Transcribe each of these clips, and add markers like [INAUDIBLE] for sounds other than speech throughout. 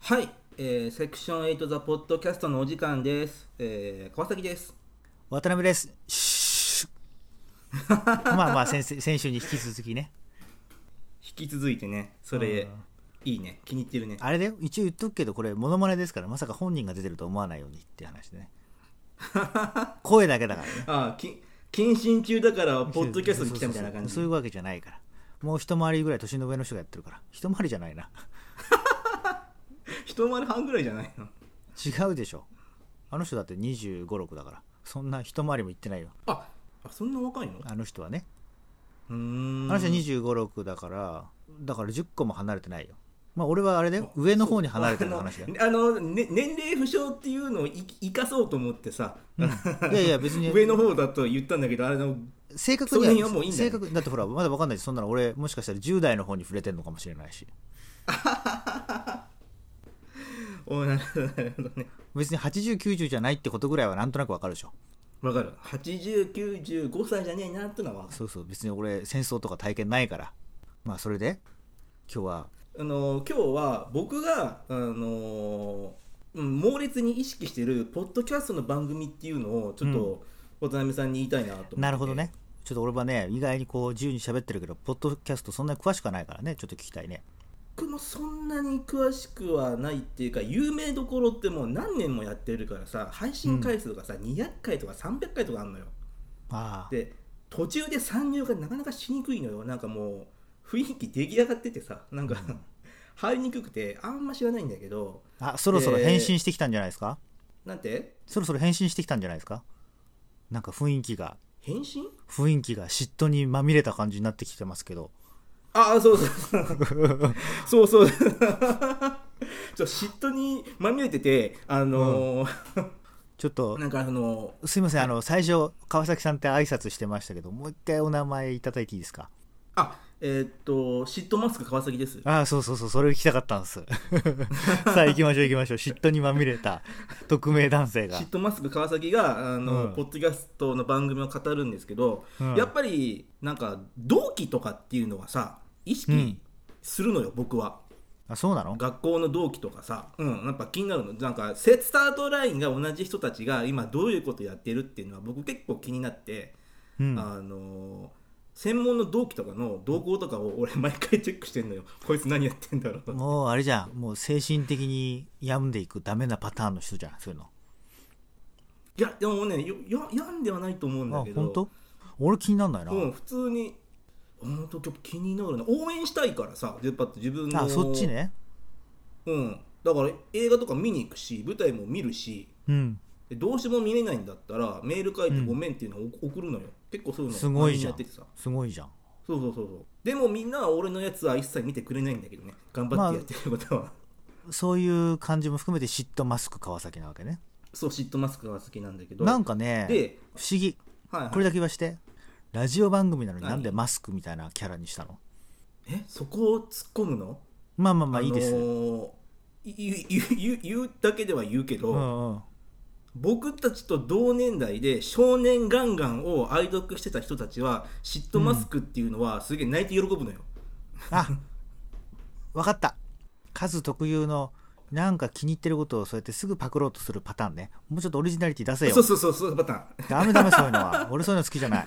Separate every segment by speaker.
Speaker 1: はい、えーセクション8ザ・ポッドキャストのお時間です。えー川崎です。
Speaker 2: 渡辺です。シュッまあまあ先生 [LAUGHS] 先週に引き続きね。
Speaker 1: 引き続いてね、それ、いいね、気に入ってるね。
Speaker 2: あれだよ、一応言っとくけど、これ、モノマネですから、まさか本人が出てると思わないようにって話でね。声だけだからね。
Speaker 1: ああ、き謹慎中だ [LAUGHS] から、ポッドキャストに来たみたいな感
Speaker 2: そうそうそうそうい
Speaker 1: じ。
Speaker 2: うわけじゃないから。もう一回りぐらい年の上の人がやってるから。一回りじゃないな。
Speaker 1: 一回り半ぐらいじゃないの。
Speaker 2: 違うでしょ。あの人だって25、6だから。そんな一回りも行ってないよ。
Speaker 1: ああそんな若いの
Speaker 2: あの人はね。
Speaker 1: うーん。
Speaker 2: あの人は25、6だから、だから10個も離れてないよ。まあ俺はあれだよ、上の方に離れてる話
Speaker 1: [LAUGHS]
Speaker 2: だよ。
Speaker 1: あの、あのね、年齢不詳っていうのをい生かそうと思ってさ、 [LAUGHS]
Speaker 2: いやいや別に
Speaker 1: 上の方だと言ったんだけど、あれの、
Speaker 2: 正確に
Speaker 1: その辺はもういいんだよ
Speaker 2: 正確だってほらまだ分かんないしそんなの俺もしかしたら10代の方に触れてるのかもしれないし
Speaker 1: おなるほど、なるほどね。
Speaker 2: 別に8090じゃないってことぐらいはなんとなく分かるでしょ
Speaker 1: わかる。80、95歳じゃねえなってのはわかる
Speaker 2: そうそう別に俺戦争とか体験ないからまあそれで今日は
Speaker 1: あの今日は僕が、あのうん猛烈に意識してるポッドキャストの番組っていうのをちょっと渡辺さんに言いたいなと思って、
Speaker 2: なるほどねちょっと俺はね意外にこう自由に喋ってるけどポッドキャストそんなに詳しくはないからねちょっと聞きたいね
Speaker 1: 僕もそんなに詳しくはないっていうか有名どころってもう何年もやってるからさ配信回数がさ、200回とか300回とかあるのよ
Speaker 2: ああ
Speaker 1: で途中で参入がなかなかしにくいのよなんかもう雰囲気出来上がっててさなんか [LAUGHS] 入りにくくてあんま知らないんだけど
Speaker 2: あそろそろ返信してきたんじゃないですか、
Speaker 1: なんて
Speaker 2: そろそろ返信してきたんじゃないですかなんか雰囲気が
Speaker 1: 返信
Speaker 2: 雰囲気が嫉妬にまみれた感じになってきてますけど
Speaker 1: ああそうそうそうそうそうちょっと嫉妬にまみれててあのー
Speaker 2: ちょっと
Speaker 1: なんかあの
Speaker 2: すいません、あの最初川崎さんって挨拶してましたけどもう一回お名前いただいていいですか
Speaker 1: あえーっと嫉妬マスク川崎です
Speaker 2: [LAUGHS] ああそうそうそうそれを聞きたかったんです [LAUGHS] さあ行きましょう行きましょう嫉妬にまみれた匿名男性 [LAUGHS] が
Speaker 1: 嫉妬マスク川崎があの、
Speaker 2: うん
Speaker 1: ポッドキャストの番組を語るんですけど、
Speaker 2: うん
Speaker 1: やっぱりなんか同期とかっていうのはさ意
Speaker 2: うん
Speaker 1: 識するのよ、僕は
Speaker 2: あそうなの
Speaker 1: 学校の同期とかさ、うん、やっぱ気になるのなんかセスタートラインが同じ人たちが今どういうことやってるっていうのは僕結構気になって
Speaker 2: うん
Speaker 1: あのー専門の同期とかの動向とかを俺毎回チェックしてんのよこいつ何やってんだろうな
Speaker 2: もうあれじゃんもう精神的に病んでいくダメなパターンの人じゃんそういうの
Speaker 1: いやでもねよよ病んではないと思うんだ
Speaker 2: あ
Speaker 1: けど
Speaker 2: 本当俺気になんないな、
Speaker 1: うん普通に本当気になるな応援したいからさやっぱ自分の
Speaker 2: あそっちね
Speaker 1: うんだから映画とか見に行くし舞台も見るし
Speaker 2: うん
Speaker 1: でどうしても見れないんだったらメール書いて
Speaker 2: うん
Speaker 1: ごめんっていうのを送送るのよ、結構そういうの
Speaker 2: すごいじゃ
Speaker 1: やっ
Speaker 2: ん
Speaker 1: ててさ
Speaker 2: すごいじゃん
Speaker 1: そうそうそうそうでもみんなは俺のやつは一切見てくれないんだけどね頑張ってやってることは、
Speaker 2: そういう感じも含めて嫉妬マスク川崎なわけね
Speaker 1: そうシットマスクが好きなんだけど
Speaker 2: なんかね
Speaker 1: で、
Speaker 2: 不思議
Speaker 1: はいはい
Speaker 2: これだけ言わしてラジオ番組なのに
Speaker 1: 何
Speaker 2: なんでマスクみたいなキャラにしたの
Speaker 1: えそこを突っ込むの
Speaker 2: まあまあまあいいです、
Speaker 1: のーい言う言う言うだけでは言うけど、
Speaker 2: うんうん
Speaker 1: 僕たちと同年代で少年ガンガンを愛読してた人たちはシットマスクっていうのはすげえ泣いて喜ぶのよ、
Speaker 2: あ分かった数特有のなんか気に入ってることをそうやってすぐパクろうとするパターンねもうちょっとオリジナリティ出せよ
Speaker 1: そうそうそうそうパターン
Speaker 2: ダメダメそういうのは俺そういうの好きじゃない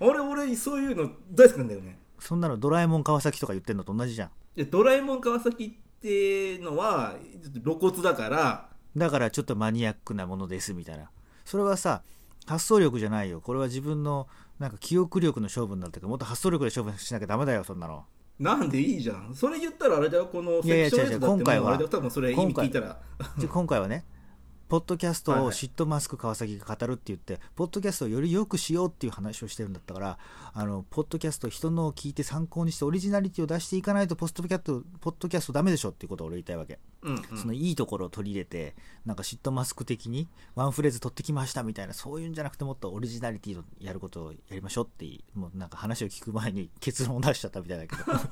Speaker 1: 俺俺そういうの大好きなんだよね
Speaker 2: そんなのドラえもん川崎とか言ってんのと同じじゃん
Speaker 1: でドラえもん川崎ってのはちょっと露骨だから
Speaker 2: だからちょっとマニアックなものですみたいなそれはさ発想力じゃないよこれは自分のなんか記憶力の勝負になってるからもっと発想力で勝負しなきゃダメだよそんなの
Speaker 1: なんでいいじゃんそれ言ったらあれだよこの
Speaker 2: いやいや
Speaker 1: セクション
Speaker 2: 違う
Speaker 1: だ
Speaker 2: 違う
Speaker 1: って
Speaker 2: 今回
Speaker 1: もうあ
Speaker 2: は
Speaker 1: れだよ多分それ意味
Speaker 2: 今回
Speaker 1: 聞いたら
Speaker 2: じゃあ今回はね、ポッドキャスト
Speaker 1: はいは
Speaker 2: を
Speaker 1: い
Speaker 2: 嫉妬マスク川崎が語るって言って、ポッドキャストをより良くしようっていう話をしてるんだったから、あのポッドキャスト、人のを聞いて参考にして、オリジナリティを出していかないと、ポッドキャスト、ポッドキャストダメでしょっていうことを俺言いたいわけ。
Speaker 1: うんうん
Speaker 2: そのいいところを取り入れて、なんか嫉妬マスク的に、ワンフレーズ取ってきましたみたいな、そういうんじゃなくて、もっとオリジナリティのやることをやりましょうっていう、もうなんか話を聞く前に結論を出しちゃったみたい
Speaker 1: [LAUGHS]
Speaker 2: だけど。
Speaker 1: ちょっ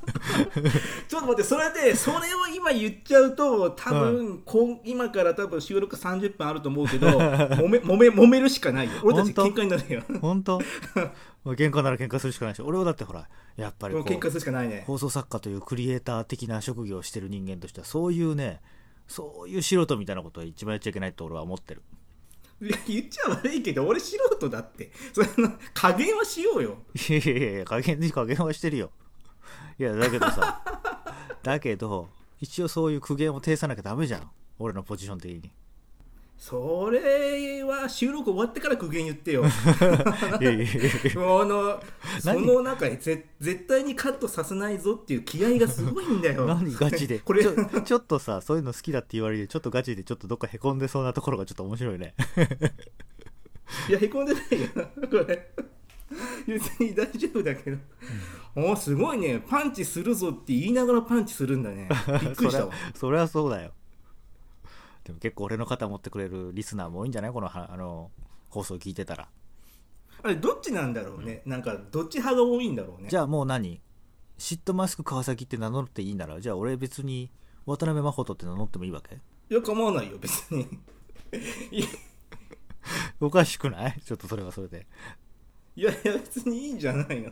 Speaker 1: と待って、それで、それを今言っちゃうと、多分、こん今から多分収録30 30分あると思うけど [LAUGHS] 揉め揉め揉めるしかないよ俺たち
Speaker 2: 本
Speaker 1: 喧
Speaker 2: 当
Speaker 1: 嘩になるよ
Speaker 2: 本当まあ喧嘩なら喧嘩するしかないし俺はだってほらやっぱり
Speaker 1: もう
Speaker 2: こ
Speaker 1: 喧嘩
Speaker 2: う
Speaker 1: するしかないね
Speaker 2: 放送作家というクリエイター的な職業をしてる人間としてはそういうねそういう素人みたいなことは一番やっちゃいけないと俺は思ってる
Speaker 1: いや言っちゃ悪いけど俺素人だってその加減はしようよ
Speaker 2: いやいやいや加減で [LAUGHS] 加減はしてるよいやだけどさ [LAUGHS] だけど一応そういう苦言を呈さなきゃダメじゃん俺のポジション
Speaker 1: [LAUGHS]
Speaker 2: 的に
Speaker 1: それは収録終わってから苦言言って
Speaker 2: [LAUGHS]
Speaker 1: よ
Speaker 2: いやいやいや
Speaker 1: もうあのそ
Speaker 2: 何
Speaker 1: の中でぜ絶対にカットさせないぞっていう気合がすごいんだよ
Speaker 2: 何ガチで
Speaker 1: これ
Speaker 2: ちょちょっとさそういうの好きだって言われるちょっとガチでちょっとどっかへこんでそうなところがちょっと面白いね
Speaker 1: いや、へこんでないよ、これ。別に大丈夫だけど。おすごいね、パンチするぞって言いながらパンチするんだ
Speaker 2: [LAUGHS]
Speaker 1: ね。びっくりしたわ。
Speaker 2: それはそうだよでも結構俺の肩持ってくれるリスナーも多いんじゃないこのはあの放送聞いてたら、
Speaker 1: あれ、どっちなんだろうね。なんか、どっち派が多いんだろうね。
Speaker 2: じゃあもう何シットマスク川崎って名乗っていいならじゃあ俺別に渡辺真帆って名乗ってもいいわけ
Speaker 1: いや、構わないよ、別に。いや
Speaker 2: おかしくないちょっとそれはそれで
Speaker 1: いや、いや別にいいんじゃないの。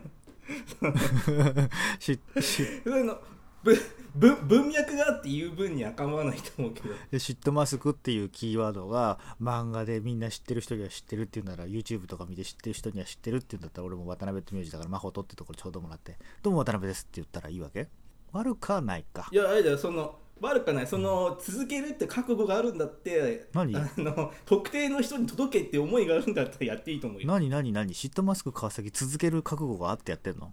Speaker 2: しし
Speaker 1: そういうのぶぶ文脈があって言う分には構わないと思うけど。
Speaker 2: シットマスクっていうキーワードが漫画でみんな知ってる人には知ってるっていうなら YouTube とか見て知ってる人には知ってるっていうんだったら俺も渡辺って名字だから真帆とってところちょうどもらって「どうも渡辺です」って言ったらいいわけ悪かないか
Speaker 1: いや、あれだよ、その、悪くはない、その、続けるって覚悟があるんだって、
Speaker 2: 何
Speaker 1: あの、特定の人に届けって思いがあるんだったらやっていいと思うよ。
Speaker 2: 何何何シットマスク川崎続ける覚悟があってやってんの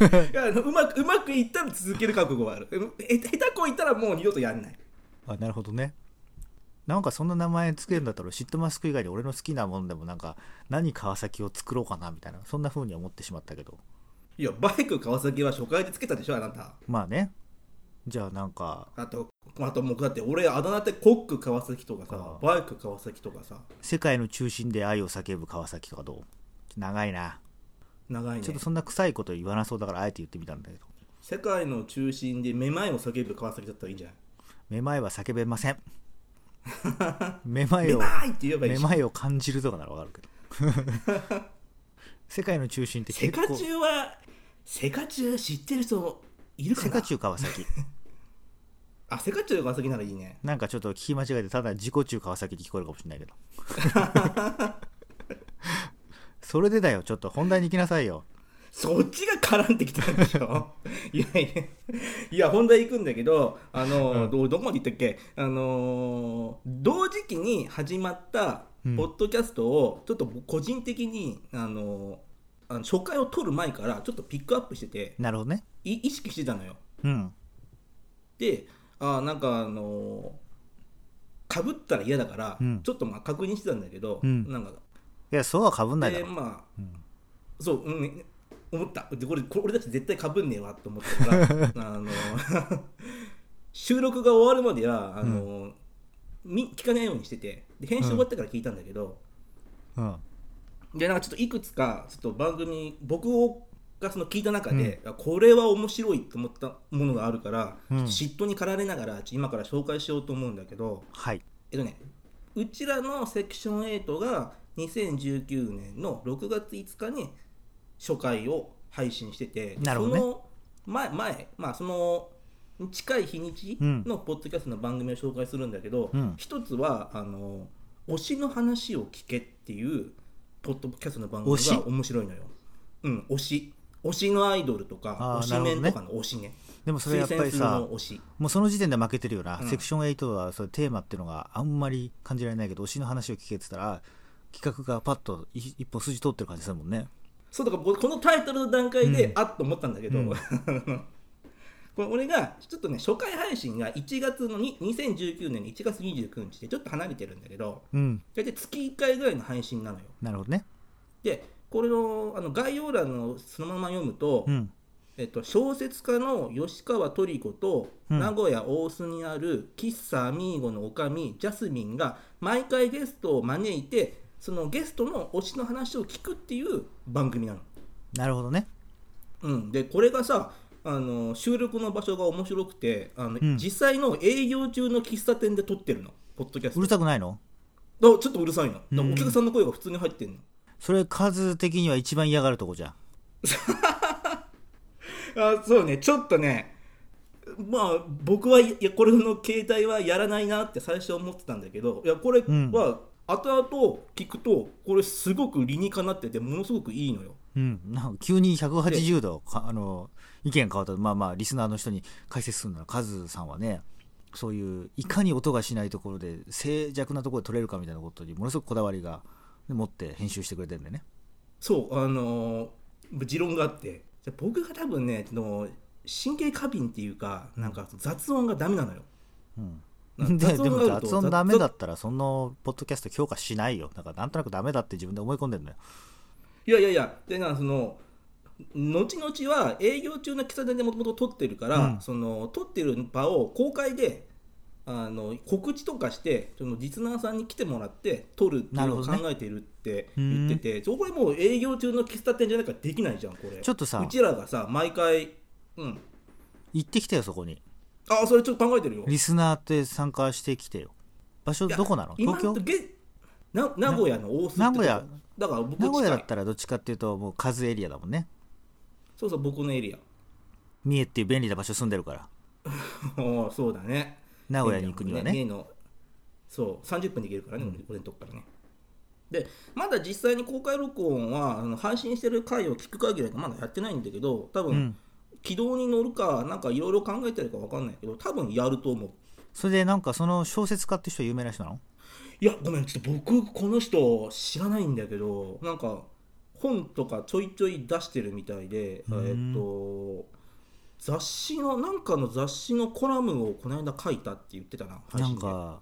Speaker 1: いやあのうまくうまくいったら続ける覚悟はあるうんえ下手こいたらもう二度とやんない
Speaker 2: あなるほどねなんかそんな名前つけるんだったらシットマスク以外に俺の好きなもんでもなんか何川崎を作ろうかなみたいなそんな風には思ってしまったけど
Speaker 1: いやバイク川崎は初回でつけたでしょあなた
Speaker 2: まあねじゃあなんか
Speaker 1: あとあともうだって俺あだ名ってコック川崎とかさ
Speaker 2: あ
Speaker 1: バイク川崎とかさ
Speaker 2: 世界の中心で愛を叫ぶ川崎とかどう長いな、
Speaker 1: 長いね
Speaker 2: ちょっとそんな臭いこと言わなそうだからあえて言ってみたんだけど
Speaker 1: 世界の中心でめまいを叫ぶ川崎だったらいいんじゃ
Speaker 2: めまいは叫べま [LAUGHS] せんめま
Speaker 1: ない
Speaker 2: い
Speaker 1: め
Speaker 2: を
Speaker 1: まいって言えばいい
Speaker 2: め
Speaker 1: し
Speaker 2: まいを感じるとかならわかるけど [LAUGHS] 世界の中心って
Speaker 1: セ
Speaker 2: 結
Speaker 1: カ
Speaker 2: 構
Speaker 1: チュウはセカチュウ知ってる人いるかな
Speaker 2: セカチュウ川崎
Speaker 1: あセカチュウ川崎ならいいね
Speaker 2: なんかちょっと聞き間違えてただ自己中川崎に聞こえるかもしれないけどそれでだよちょっと本題に行きなさいよ
Speaker 1: そっちが絡んできたんでし
Speaker 2: [LAUGHS]
Speaker 1: ょいやいやいや本題行くんだけどあの、
Speaker 2: うん
Speaker 1: どどこまで行ったっけあの同時期に始まった
Speaker 2: うん
Speaker 1: ポッドキャストをちょっと個人的にあのあの初回を撮る前からちょっとピックアップしてて
Speaker 2: なるほどね
Speaker 1: い意識してたのよ
Speaker 2: うん
Speaker 1: であなんかあのかぶったら嫌だから、
Speaker 2: うん
Speaker 1: ちょっとまあ確認してたんだけど、
Speaker 2: うん
Speaker 1: なんか
Speaker 2: いやそうはかぶんないだ
Speaker 1: で
Speaker 2: ろ、
Speaker 1: まあ
Speaker 2: うん
Speaker 1: そう、うん、思ったでこれこれ俺たち絶対かぶんねえわと思ったから
Speaker 2: [LAUGHS]
Speaker 1: あの [LAUGHS] 収録が終わるまではあの、み聞かないようにしててで編集終わってから聞いたんだけど、
Speaker 2: うん
Speaker 1: でなんかちょっといくつかちょっと番組僕をがその聞いた中で、あこれは面白いと思ったものがあるから、
Speaker 2: うん
Speaker 1: ちょっと嫉妬に駆られながらちょ今から紹介しようと思うんだけど
Speaker 2: はい
Speaker 1: えっとねうちらのセクション8が2019年の6月5日に初回を配信してて
Speaker 2: なるほどね
Speaker 1: その前前まあその近い日にち
Speaker 2: うん
Speaker 1: のポッドキャストの番組を紹介するんだけど、
Speaker 2: うん
Speaker 1: 一つはあの推しの話を聞けっていうポッドキャストの番組
Speaker 2: 推し
Speaker 1: が面白いのよ。うん、推し推しのアイドルとか
Speaker 2: あ
Speaker 1: 推
Speaker 2: ー
Speaker 1: しメンとかの推しね
Speaker 2: でもそれやっぱり
Speaker 1: 推薦
Speaker 2: さ
Speaker 1: するの推し
Speaker 2: もうその時点で負けてるよな、
Speaker 1: うん
Speaker 2: セクション8はそれテーマっていうのがあんまり感じられないけど推しの話を聞けてたら企画がパッとい一本筋通ってる感じするもんね
Speaker 1: そうだから僕このタイトルの段階で、
Speaker 2: うん
Speaker 1: あっと思ったんだけど、
Speaker 2: うん
Speaker 1: [LAUGHS] これ俺がちょっとね初回配信が1月のに2019年の1月29日でちょっと離れてるんだけど
Speaker 2: うん
Speaker 1: 大体月1回ぐらいの配信なのよ
Speaker 2: なるほどね
Speaker 1: でこれのあの概要欄のそのまま読むと、
Speaker 2: うん
Speaker 1: えっと、小説家の吉川トリコと、
Speaker 2: うん
Speaker 1: 名古屋大須にある喫茶アミーゴの女将ジャスミンが毎回ゲストを招いてそのゲストの推しの話を聞くっていう番組なの。
Speaker 2: なるほどね
Speaker 1: うん、でこれがさあの収録の場所が面白くてあの、
Speaker 2: うん
Speaker 1: 実際の営業中の喫茶店で撮ってるのポッドキャスト
Speaker 2: うるさくないの
Speaker 1: だちょっとうるさいのだから
Speaker 2: うん
Speaker 1: お客さんの声が普通に入ってんの、
Speaker 2: それ数的には一番嫌がるとこじゃん
Speaker 1: あそうねちょっとねまあ僕はいやこれの携帯はやらないなって最初思ってたんだけどいやこれ
Speaker 2: うん
Speaker 1: は後々聞くとこれすごく理にかなっててものすごくいいのよ
Speaker 2: うん、なんか急に180度かあの意見変わったまあまあリスナーの人に解説するならカズさんはねそういういかに音がしないところで静寂なところで取れるかみたいなことにものすごくこだわりが持って編集してくれてるんでね
Speaker 1: そうあのー持論があってじゃあ僕が多分ねその神経過敏っていうかなんか雑音がダメなのよ
Speaker 2: うん、で
Speaker 1: 雑
Speaker 2: で
Speaker 1: 音
Speaker 2: も
Speaker 1: があると
Speaker 2: 雑音ダメだったらそのポッドキャスト強化しないよだからなんとなくダメだって自分で思い込んでるのよ
Speaker 1: いやいやいやでなその後々は営業中の喫茶店でもともと撮ってるから、
Speaker 2: うん
Speaker 1: その撮ってる場を公開であの告知とかしてそのリスナーさんに来てもらって撮るっていうのを
Speaker 2: なる
Speaker 1: 考
Speaker 2: ほどね
Speaker 1: えてるって言ってて、そうこれもう営業中の喫茶店じゃなきゃできないじゃんこれ
Speaker 2: ちょっとさ
Speaker 1: うちらがさ毎回うん
Speaker 2: 行ってきてよそこに
Speaker 1: ああそれちょっと考えてるよ
Speaker 2: リスナーって参加してきてよ場所
Speaker 1: いや
Speaker 2: どこなの東京
Speaker 1: 今んとこげな名古屋の大須ってとこ
Speaker 2: 名古屋
Speaker 1: だから僕
Speaker 2: 名古屋だ
Speaker 1: 近い
Speaker 2: ったらどっちかっていうともうカズエリアだもんね
Speaker 1: そうそう僕のエリア [LAUGHS]
Speaker 2: 三重っていう便利な場所住んでるから
Speaker 1: おーそうだね
Speaker 2: 名古屋に行くにはね
Speaker 1: 三重のそう30分で行けるからね、俺俺のとこからねでまだ実際に公開録音はあの配信してる回を聞く限りはまだやってないんだけど多分、
Speaker 2: うん
Speaker 1: 軌道に乗るかなんかいろいろ考えてるか分かんないけど多分やると思う
Speaker 2: それでなんかその小説家って人は有名な人なの
Speaker 1: いやごめんちょっと僕この人知らないんだけどなんか本とかちょいちょい出してるみたいで、え
Speaker 2: うん
Speaker 1: ーっと雑誌のなんかの雑誌のコラムをこの間書いたって言ってたな配
Speaker 2: な
Speaker 1: 信
Speaker 2: ん
Speaker 1: で
Speaker 2: か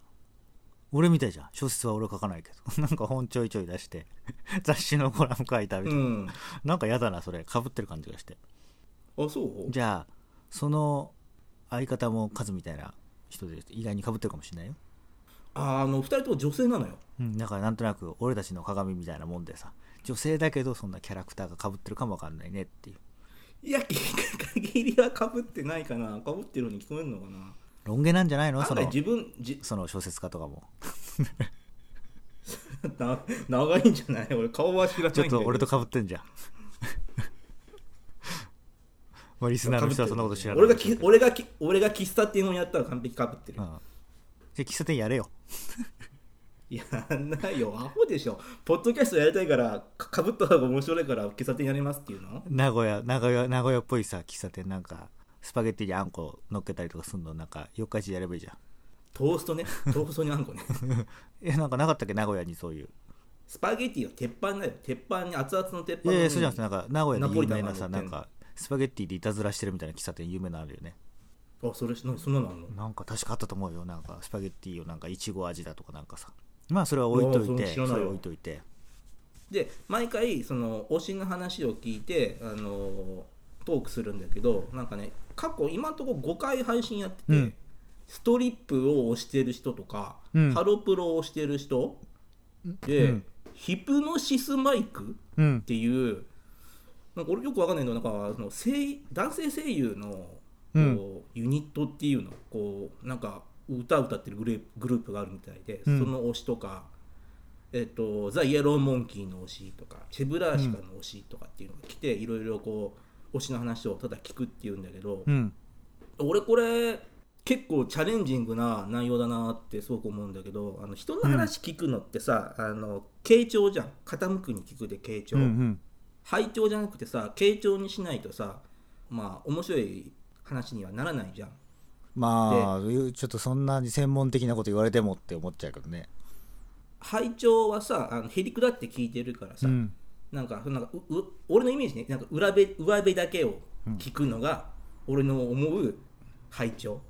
Speaker 2: 俺みたいじゃん小説は俺は書かないけど [LAUGHS] なんか本ちょいちょい出して [LAUGHS] 雑誌のコラム書いたみた
Speaker 1: う
Speaker 2: いな、
Speaker 1: ん
Speaker 2: なんかやだなそれかぶってる感じがして
Speaker 1: あそう
Speaker 2: じゃあその相方もカズみたいな人で意外にかぶってるかもしれないよ、
Speaker 1: ああの2人とも女性なのよ
Speaker 2: うん、だからなんとなく俺たちの鏡みたいなもんでさ女性だけどそんなキャラクターがかぶってるかもわかんないねっていう
Speaker 1: いや聞く限りはかぶってないかなかぶってるように聞こえるのかな
Speaker 2: ロン毛なんじゃないの
Speaker 1: な
Speaker 2: そ
Speaker 1: んか
Speaker 2: の
Speaker 1: 自分じ [LAUGHS]
Speaker 2: その小説家とかも
Speaker 1: な長いんじゃない俺顔は知らないん
Speaker 2: ち
Speaker 1: だ
Speaker 2: ょっ
Speaker 1: け
Speaker 2: と
Speaker 1: ど
Speaker 2: 俺とかぶってんじゃん。 [LAUGHS] まあリスナーの人はそんなこと知らない。
Speaker 1: 俺がき俺がき俺が喫茶店をやったら完璧かぶってる
Speaker 2: うんじゃあ喫茶店やれよ。
Speaker 1: いやんないよ、アホでしょ。ポッドキャストやりたいから、かかぶった方が面白いから、喫茶店やりますっていうの
Speaker 2: 名古屋、名古屋、名古屋っぽいさ、喫茶店なんか、スパゲッティにあんこ乗っけたりとかすんの、なんか、四日市でやればいいじゃ
Speaker 1: トーストね、トーストにあんこね。
Speaker 2: ん。え、なんかなかったっけ、名古屋にそういう。
Speaker 1: スパゲティは鉄板だよ。鉄板に、熱々の鉄
Speaker 2: い
Speaker 1: 板
Speaker 2: やい
Speaker 1: の
Speaker 2: や、そうじゃなくて、なんか、名古屋で有名なさ、
Speaker 1: ナ
Speaker 2: な
Speaker 1: ポリタンが乗ってん
Speaker 2: ん
Speaker 1: の
Speaker 2: か、スパゲッティでいたずらしてるみたいな喫茶店有名なのあるよね。
Speaker 1: あ、それ、なそんなのあんの
Speaker 2: なんか確かあったと思うよ。なんか、スパゲッティをなんか、いちご味だとかなんかさ。まあ、それは置いと
Speaker 1: う
Speaker 2: い
Speaker 1: わ
Speaker 2: て、
Speaker 1: それ知らないわ
Speaker 2: それは置いといて。
Speaker 1: で、毎回、その、推しの話を聞いて、あのートークするんだけど、なんかね、過去、今のところ5回配信やってて、
Speaker 2: うん
Speaker 1: ストリップを推してる人とか、
Speaker 2: うん
Speaker 1: ハロプロを推してる人で、
Speaker 2: うん
Speaker 1: ヒプノシスマイク
Speaker 2: うん
Speaker 1: っ。ていうなんか俺よくわかんないのなんかその声男性声優の
Speaker 2: うん
Speaker 1: こうユニットっていうのこうなんか歌歌ってるグループグループがあるみたいで、
Speaker 2: うん
Speaker 1: その推しとか、えっとザ・イエローモンキーの推しとかチェブラーシカの推しとかっていうのが来て、いろいろこう推しの話をただ聞くっていうんだけど、
Speaker 2: うん。
Speaker 1: 俺これ結構チャレンジングな内容だなってすごく思うんだけどあの人の話聞くのってさ、あの傾聴じゃん傾くに聞くで傾聴。
Speaker 2: うんうん
Speaker 1: 拝聴じゃなくてさ傾聴にしないとさまあ面白い話にはならないじゃん
Speaker 2: まあいうちょっとそんなに専門的なこと言われてもって思っちゃうけどね
Speaker 1: 拝聴はさあのへりくだって聞いてるからさ、
Speaker 2: うん
Speaker 1: なんかなんかうう俺のイメージねなんか裏べ上辺だけを聞くのが俺の思う拝聴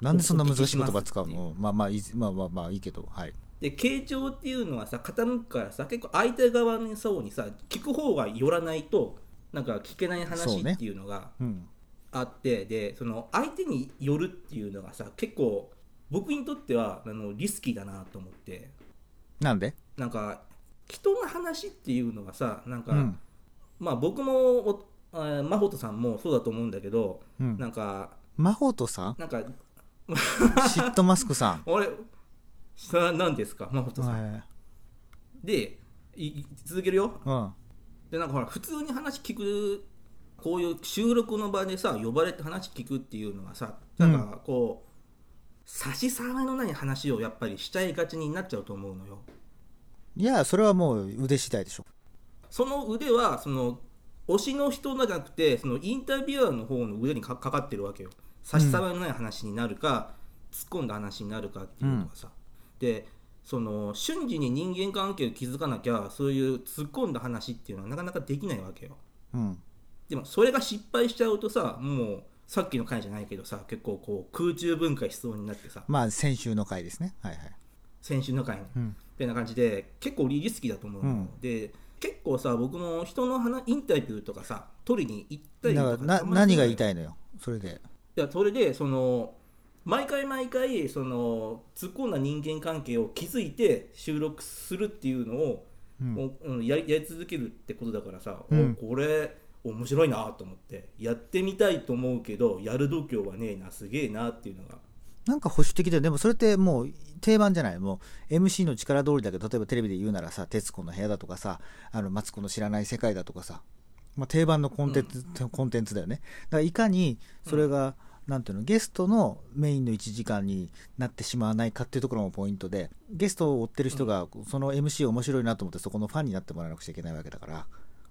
Speaker 2: なんでそんな難しい言
Speaker 1: お聞きしま
Speaker 2: 葉
Speaker 1: す
Speaker 2: 使うのまあまあいいまあまあまあいいけどはい
Speaker 1: で傾聴っていうのはさ傾くからさ結構相手側の層にさ聞く方が寄らないとなんか聞けない
Speaker 2: そ
Speaker 1: 話
Speaker 2: うね
Speaker 1: っていうのが
Speaker 2: うん
Speaker 1: あってでその相手によるっていうのがさ結構僕にとってはあのリスキーだなと思って
Speaker 2: なんで
Speaker 1: なんか人の話っていうのがさなんか、
Speaker 2: うん
Speaker 1: まあ僕もおあー真帆とさんもそうだと思うんだけど、
Speaker 2: うん
Speaker 1: なんか
Speaker 2: 真帆とさん
Speaker 1: なんか
Speaker 2: シットマスクさん
Speaker 1: 俺さ何ですか真帆 [LAUGHS] とさん、
Speaker 2: はい
Speaker 1: でいい続けるよ
Speaker 2: うん
Speaker 1: でなんかほら普通に話聞くこういう収録の場でさ呼ばれて話聞くっていうのがさなんかこう、差し障りのない話をやっぱりしちゃいがちになっちゃうと思うのよ
Speaker 2: いやそれはもう腕次第でしょ
Speaker 1: その腕はその推しの人じゃなくてそのインタビュアーの方の腕にかかかってるわけよ差し障りのない話になるか、突っ込んだ話になるかっていうのがさ、でその瞬時に人間関係を築かなきゃそういう突っ込んだ話っていうのはなかなかできないわけよ
Speaker 2: うん
Speaker 1: でもそれが失敗しちゃうとさもうさっきの回じゃないけどさ結構こう空中分解しそうになってさ
Speaker 2: まあ先週の回ですねはいはい
Speaker 1: 先週の回ね、
Speaker 2: うん
Speaker 1: みたいな感じで結構リスキーだと思うの、
Speaker 2: うん
Speaker 1: で結構さ僕も人の話インタビューとかさ取りに行ったりと
Speaker 2: だ
Speaker 1: か
Speaker 2: からな何が言い
Speaker 1: い
Speaker 2: たいのよそれで
Speaker 1: やそれでその毎回毎回その突っ込んだ人間関係を築いて収録するっていうのを、
Speaker 2: うん
Speaker 1: もううんやりやり続けるってことだからさ、
Speaker 2: うん
Speaker 1: おこれ面白いなと思ってやってみたいと思うけどやる度胸はねえなすげえなっていうのが
Speaker 2: なんか保守的だよでもそれってもう定番じゃないもう MC の力通りだけど例えばテレビで言うならさ「徹子の部屋」だとかさ「あのマツコの知らない世界」だとかさ、まあ、定番のコンテンツ、コンテンツだよねだからいかにそれが、なんていうのゲストのメインの1時間になってしまわないかっていうところもポイントでゲストを追ってる人がその MC 面白いなと思ってそこのファンになってもらわなくちゃいけないわけだから、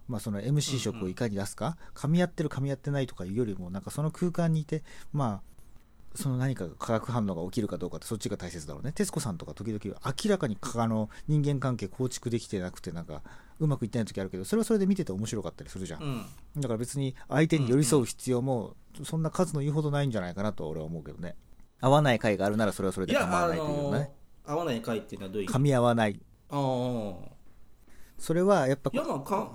Speaker 2: まあ、その MC 色をいかに出すか、噛み合ってる噛み合ってないとかいうよりもなんかその空間にいてまあその何かが化学反応が起きるかどうかってそっちが大切だろうね徹子さんとか時々明らかにかあの人間関係構築できてなくてなんかうまくいってない時あるけどそれはそれで見てて面白かったりするじゃん、
Speaker 1: うん
Speaker 2: だから別に相手に寄り添う必要もそんな数の言うほどないんじゃないかなとは俺は思うけどね合わない回があるならそれはそれ
Speaker 1: い
Speaker 2: で構
Speaker 1: や
Speaker 2: わ
Speaker 1: あ
Speaker 2: ないという
Speaker 1: の
Speaker 2: ね
Speaker 1: 合わない回っていうのはどういう意味
Speaker 2: 噛み合わない
Speaker 1: ああ
Speaker 2: それはやっぱ
Speaker 1: いやまあか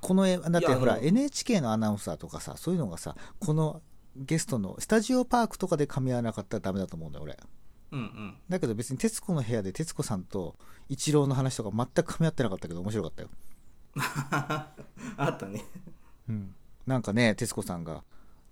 Speaker 2: この絵だっ
Speaker 1: いや
Speaker 2: て
Speaker 1: あの
Speaker 2: ほら NHK のアナウンサーとかさそういうのがさこのゲストのスタジオパークとかで噛み合わなかったらダメだと思うんだよ俺
Speaker 1: うんうん
Speaker 2: だけど別に『徹子の部屋』で徹子さんと一郎の話とか全く噛み合ってなかったけど面白かったよ、
Speaker 1: あったね。
Speaker 2: うん、なんかね徹子さんが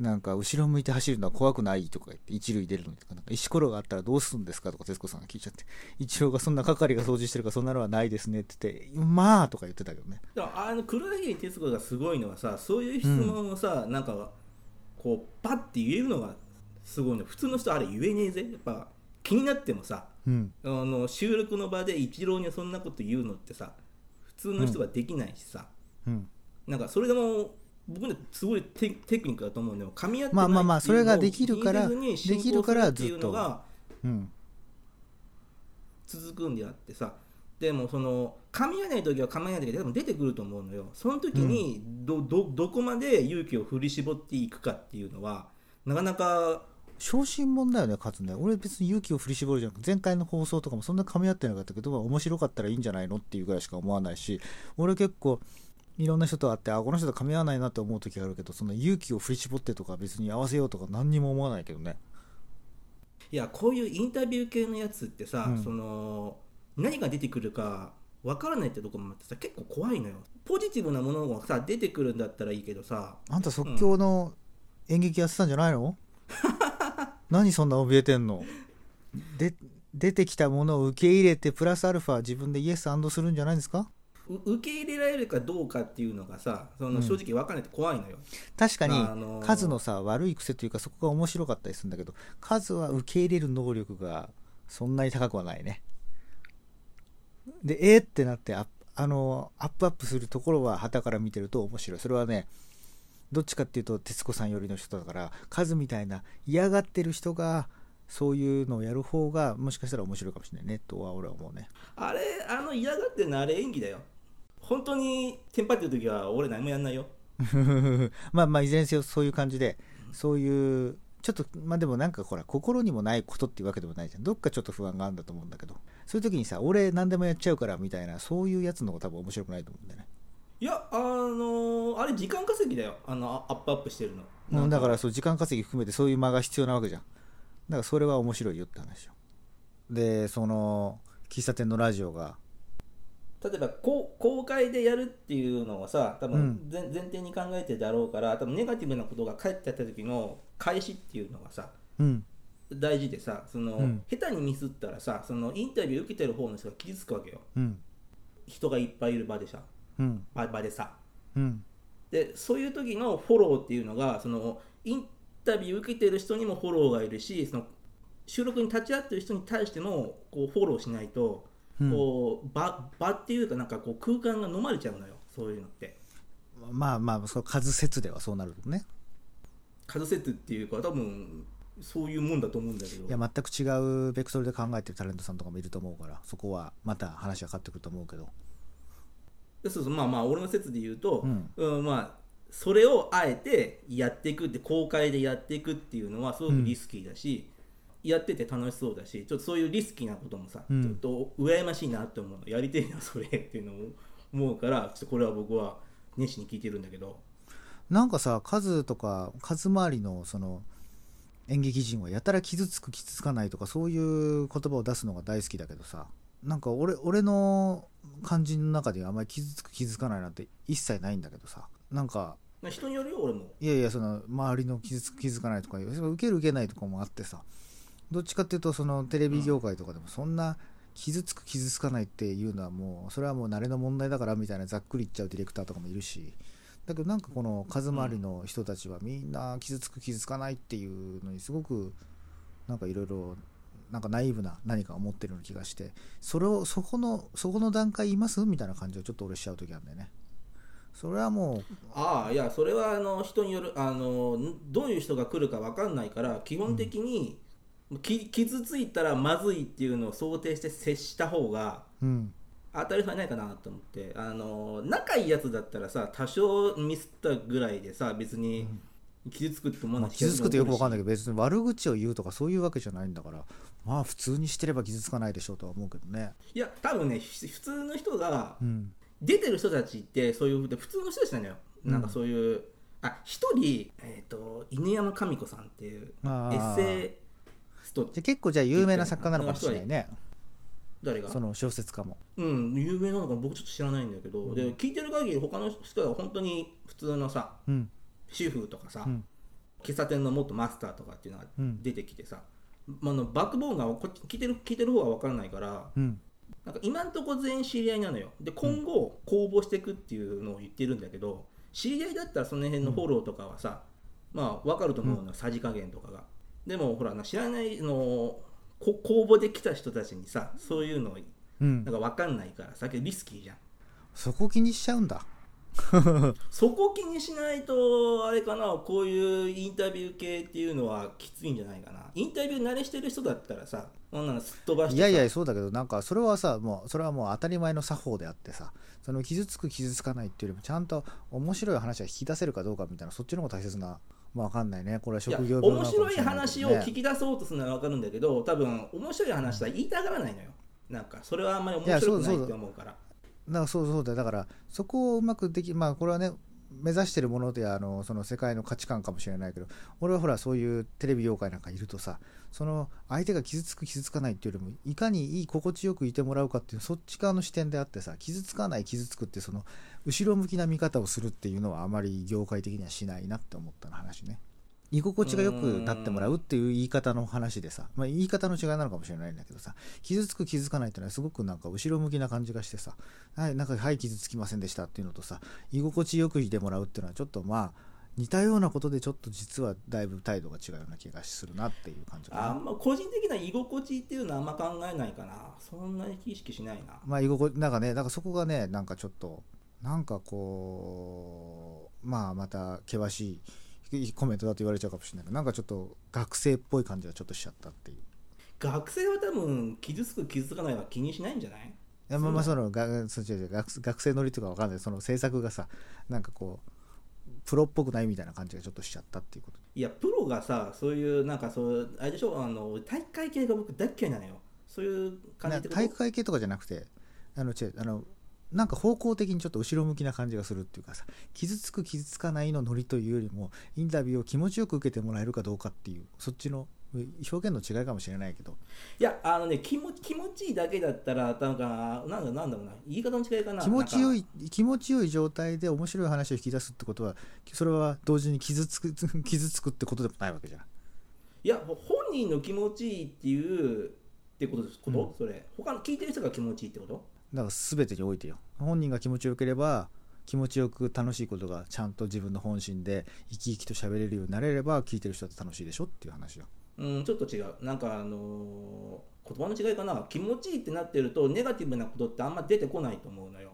Speaker 2: なんか後ろ向いて走るのは怖くないとか言って一塁出るのにとかなんか石ころがあったらどうするんですかとか徹子さんが聞いちゃって一郎がそんな係が掃除してるからそんなのはないですねって言ってまあとか言ってたけどね
Speaker 1: でもあの黒柳徹子がすごいのはさ、そういう質問をさ、なんかこうパッて言えるのがすごいの。普通の人あれ言えねえぜ。やっぱ気になってもさ、
Speaker 2: うん
Speaker 1: あの収録の場で一郎にそんなこと言うのってさ、普通の人はできないしさ、
Speaker 2: うん
Speaker 1: なんかそれでも僕ねすごいテテクニックだと思うんだよ。噛み合って
Speaker 2: まあまあまあそれ
Speaker 1: な
Speaker 2: が
Speaker 1: い
Speaker 2: で
Speaker 1: って
Speaker 2: き
Speaker 1: いうの
Speaker 2: る
Speaker 1: を
Speaker 2: から
Speaker 1: 気にせずに
Speaker 2: できるから
Speaker 1: 進行すっていうの
Speaker 2: ずっ
Speaker 1: が
Speaker 2: うん
Speaker 1: 続くんであってさでもその噛み合わない時は噛み合わない時ででも出てくると思うのよその時にど,、どどこまで勇気を振り絞っていくかっていうのはなかなか
Speaker 2: 小心者だよね勝つね俺別に勇気を振り絞るじゃなくて前回の放送とかもそんな噛み合ってなかったけどまあ面白かったらいいんじゃないのっていうぐらいしか思わないし俺結構いろんな人と会ってあこの人と噛み合わないなって思う時があるけどその勇気を振り絞ってとか別に合わせようとか何にも思わないけどね
Speaker 1: いやこういうインタビュー系のやつってさ、
Speaker 2: うん
Speaker 1: その何が出てくるかわからないってとこもあってさ結構怖いのよポジティブなものがさ出てくるんだったらいいけどさ
Speaker 2: あんた即興の演劇やってたんじゃないの、何そんな怯えてんので出てきたものを受け入れてプラスアルファ自分でイエスするんじゃないですか
Speaker 1: う受け入れられるかどうかっていうのがさそ
Speaker 2: うん
Speaker 1: の正直わからないって怖いのよ、
Speaker 2: 確かに
Speaker 1: あのー
Speaker 2: 数のさ悪い癖というかそこが面白かったりするんだけど数は受け入れる能力がそんなに高くはないねでえー、ってなってアップあのーアップアップするところは旗から見てると面白いそれはねどっちかっていうと徹子さん寄りの人だから数みたいな嫌がってる人がそういうのをやる方がもしかしたら面白いかもしれないねとは俺は思うね
Speaker 1: あれあの嫌がってんのあれ演技だよ本当にテンパってる時は俺何もやんないよ
Speaker 2: まあまあいずれにせよそういう感じでそういうちょっとまあでもなんかほら心にもないことっていうわけでもないじゃんどっかちょっと不安があるんだと思うんだけどそういう時にさ俺何でもやっちゃうからみたいなそういうやつの方が多分面白くないと思うんだよね、
Speaker 1: いやあのーあれ時間稼ぎだよあのアアップアップしてるの
Speaker 2: うん、だかららそう時間稼ぎ含めてそういう間が必要なわけじゃんだからそれは面白いよって話よでその喫茶店のラジオが
Speaker 1: 例えばこう公開でやるっていうのはさ多
Speaker 2: う
Speaker 1: 分
Speaker 2: ん
Speaker 1: 前,、前提に考えてるだろうから多分ネガティブなことが返ってきた時の返しっていうのがさ
Speaker 2: うん
Speaker 1: 大事でさその、
Speaker 2: うん
Speaker 1: 下手にミスったらさそのインタビュー受けてる方の人が傷つくわけよ
Speaker 2: うん
Speaker 1: 人がいっぱいいる場でさ
Speaker 2: うん
Speaker 1: 場場でさ
Speaker 2: うん
Speaker 1: でそういう時のフォローっていうのがそのインタビュー受けてる人にもフォローがいるしその収録に立ち会ってる人に対してもこうフォローしないと、
Speaker 2: うん
Speaker 1: こう場場っていうかなんかこう空間が飲まれちゃうのよそういうのって。
Speaker 2: まあまあその数説ではそうなるね
Speaker 1: カズセットっていうか多分そういうもんだと思うんだけど
Speaker 2: いや全く違うベクトルで考えてるタレントさんとかもいると思うからそこはまた話が変わってくると思うけど
Speaker 1: そうそうまあまあ俺の説で言うと、
Speaker 2: うん
Speaker 1: うんまあそれをあえてやっていくって公開でやっていくっていうのはすごくリスキーだし、やってて楽しそうだしちょっとそういうリスキーなこともさ、
Speaker 2: うん
Speaker 1: ちょっと羨ましいなって思うのやりてえなそれっていうのを思うからちょっとこれは僕は熱心に聞いてるんだけど
Speaker 2: なんかさ数とか数回りのその演劇人はやたら傷つく傷つかないとかそういう言葉を出すのが大好きだけどさなんか俺俺の感じの中であんまり傷つく傷つかないなんて一切ないんだけどさなんか
Speaker 1: 人によるよ俺も
Speaker 2: いやいやその周りの傷つく気づかないとか受ける受けないとかもあってさどっちかっていうとそのテレビ業界とかでもそんな傷つく傷つかないっていうのはもうそれはもう慣れの問題だからみたいなざっくり言っちゃうディレクターとかもいるしだけどなんかこの数回りの人たちはみんな傷つく傷つかないっていうのにすごくなんかいろいろなんかナイーブな何かを持ってるような気がしてそれをそこのそこの段階いますみたいな感じをちょっと俺しちゃう時あるんだよねそれはもう
Speaker 1: ああいやそれはあの人によるあのんどういう人が来るか分かんないから基本的に、き傷ついたらまずいっていうのを想定して接した方が
Speaker 2: うん
Speaker 1: 当たり障りないかなと思ってあの仲いいやつだったらさ多少ミスったぐらいでさ別に傷つくって思わ
Speaker 2: ま
Speaker 1: な
Speaker 2: あ
Speaker 1: い
Speaker 2: 傷つくとよくわかんない
Speaker 1: い
Speaker 2: けど別に悪口を言うとかそういうわけじゃないんだからまあ普通にしてれば傷つかないでしょうとは思うけどね
Speaker 1: いや多分ねひ普通の人が
Speaker 2: うん
Speaker 1: 出てる人たちってそういうふうで普通の人たちなのよ、
Speaker 2: うん
Speaker 1: なんかそういうあ一人、えー、と犬山神子さんっていうエ
Speaker 2: あー
Speaker 1: ッセイスト
Speaker 2: じゃあ結構じゃあ有名な作家なのかもしれないね
Speaker 1: 誰が
Speaker 2: その小説家も
Speaker 1: うん有名なのか僕ちょっと知らないんだけど、
Speaker 2: ん
Speaker 1: で聞いてる限り他の人は本当に普通のさ
Speaker 2: うん
Speaker 1: 主婦とかさ、
Speaker 2: うん
Speaker 1: 喫茶店の元マスターとかっていうのが
Speaker 2: うん
Speaker 1: 出てきてさ、まああのバックボーンがこっち聞いてる聞いてる方が分からないから
Speaker 2: うん
Speaker 1: なんか今んとこ全員知り合いなのよで今後公募していくっていうのを言ってるんだけど知り合いだったらその辺のフォローとかはさ、まあ分かると思うのよさじ加減とかがでもほらな知らないあのこ公募できた人たちにさそういうのを
Speaker 2: うん
Speaker 1: なんか分かんないからさけどリスキーじゃん
Speaker 2: そこ気にしちゃうんだ
Speaker 1: そこ気にしないとあれかなこういうインタビュー系っていうのはきついんじゃないかなインタビュー慣れしてる人だったらさこんなのすっ飛ばして
Speaker 2: い
Speaker 1: さ
Speaker 2: やいやそうだけどなんかそれはさもうそれはもう当たり前の作法であってさその傷つく傷つかないっていうよりもちゃんと面白い話が引き出せるかどうかみたいなそっちの方が大切なまあわかんないねこれはい
Speaker 1: や
Speaker 2: 職業病な
Speaker 1: 面
Speaker 2: のか
Speaker 1: 白
Speaker 2: もし
Speaker 1: い
Speaker 2: れないけ
Speaker 1: 話
Speaker 2: ど
Speaker 1: を
Speaker 2: ね
Speaker 1: 聞き出そうとするのは分かるんだけど多分面白い話は言いたがらないのよなんかそれはあんまり面白くないって思うから
Speaker 2: だからそうそうだだからそこをうまくできまあこれはね目指してるものであのその世界の価値観かもしれないけど俺はほらそういうテレビ業界なんかいるとさその相手が傷つく傷つかないっていうよりもいかにいい心地よくいてもらうかっていうそっち側の視点であってさ傷つかない傷つくってその後ろ向きな見方をするっていうのはあまり業界的にはしないなって思ったの話ね居心地がよくなってもらうっていう言い方の話でさ、まあ、言い方の違いなのかもしれないんだけどさ傷つく傷つかないっていうのはすごくなんか後ろ向きな感じがしてさはい、なんか、はい、傷つきませんでしたっていうのとさ、居心地よくいてもらうっていうのは、ちょっとまあ、似たようなことで、ちょっと実はだいぶ態度が違うような気がするなっていう感じか
Speaker 1: あ
Speaker 2: な。
Speaker 1: んま個人的な居心地っていうのはあんま考えないかなそんなに意識しないな
Speaker 2: まあ、居心地、なんかね、なんかそこがね、なんかちょっと、なんかこう、まあ、また険しいコメントだと言われちゃうかもしれないけど、なんかちょっと学生っぽい感じがちょっとしちゃったっていう。い
Speaker 1: 学生は多分傷つく傷つかないは気にしないんじゃない
Speaker 2: やまあまあ、その、がそう違う違う学学生乗りとかわかんない、その制作がさ、なんかこう、プロっぽくないみたいな感じがちょっとしちゃったっていうこと。
Speaker 1: いやプロがさそういうなんかそうあれでしょあの大会系が僕大っ嫌いなのよそういう感じってこと
Speaker 2: 体育会系とかじゃなくてあの違うあのなんか方向的にちょっと後ろ向きな感じがするっていうかさ傷つく傷つかないのノリというよりもインタビューを気持ちよく受けてもらえるかどうかっていうそっちの表現の違いかもしれないけど
Speaker 1: いやあのね気も気持ちいいだけだったらなんかなんだなんだろうな言い方の違いかな
Speaker 2: 気持ちよ
Speaker 1: い
Speaker 2: い気持ちよい状態で面白い話を引き出すってことはそれは同時に傷つく [LAUGHS] 傷つくってことでもないわけじゃん
Speaker 1: いや本人の気持ちいいっていうってことですこと、それ他の聞いてる人が気持ちいいってこと
Speaker 2: だから全てにおいてよ本人が気持ちよければ気持ちよく楽しいことがちゃんと自分の本心で生き生きと喋れるようになれれば聞いてる人だって楽しいでしょっていう話よ
Speaker 1: うんちょっと違うなんかあのー言葉の違いかな気持ちいいってなってるとネガティブなことってあんま出てこないと思うのよ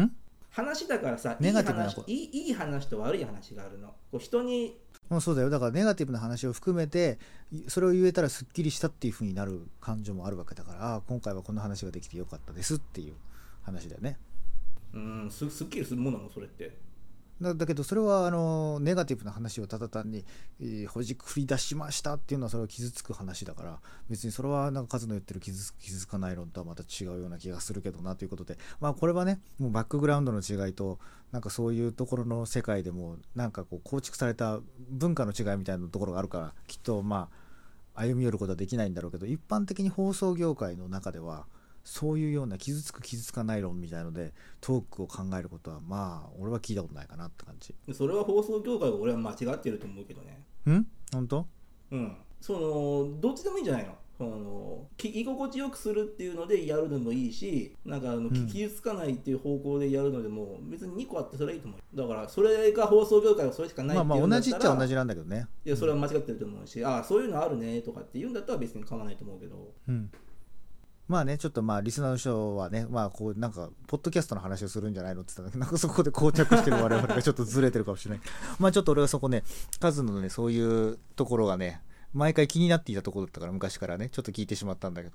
Speaker 2: ん
Speaker 1: 話だからさ
Speaker 2: ネガティブなこと
Speaker 1: いい話いいいい話と悪い話があるのこう人に
Speaker 2: もうそうだよだからネガティブな話を含めていそれを言えたらすっきりしたっていうふうになる感情もあるわけだからああ今回はこの話ができてよかったですっていう話だよね
Speaker 1: うんすすっきりするものなのそれって
Speaker 2: だだけどそれはあのネガティブな話をただ単に、えーほじくり出しましたっていうのはそれは傷つく話だから別にそれはなんか数の言ってる傷つく傷つかない論とはまた違うような気がするけどなということでまあこれはねもうバックグラウンドの違いとなんかそういうところの世界でもなんかこう構築された文化の違いみたいなところがあるからきっとまあ歩み寄ることはできないんだろうけど一般的に放送業界の中ではそういうような傷つく傷つかない論みたいのでトークを考えることはまあ俺は聞いたことないかなって感じ。
Speaker 1: それは放送業界は俺は間違ってると思うけどね
Speaker 2: ん本当
Speaker 1: うんそのどっちでもいいんじゃないのその聞き心地よくするっていうのでやるのもいいしなんかあの
Speaker 2: ん
Speaker 1: 聞きつかないっていう方向でやるのでも、別に2個あってそれはいいと思うだからそれが放送業界はそれしかない
Speaker 2: ま
Speaker 1: って
Speaker 2: あ
Speaker 1: いうんだったら
Speaker 2: まあ同じっちゃ同じなんだけどね。
Speaker 1: いやそれは間違ってると思うし、ああそういうのあるねとかって言うんだったら別に構わないと思うけど
Speaker 2: うん。まあね、ちょっとまあリスナーの人はね、まあこうなんか、ポッドキャストの話をするんじゃないのって言ったんだけど、なんかそこで膠着してる我々がちょっとずれてるかもしれない。まあちょっと俺はそこね、カズのね、そういうところがね、毎回気になっていたところだったから、昔からね、ちょっと聞いてしまったんだけど。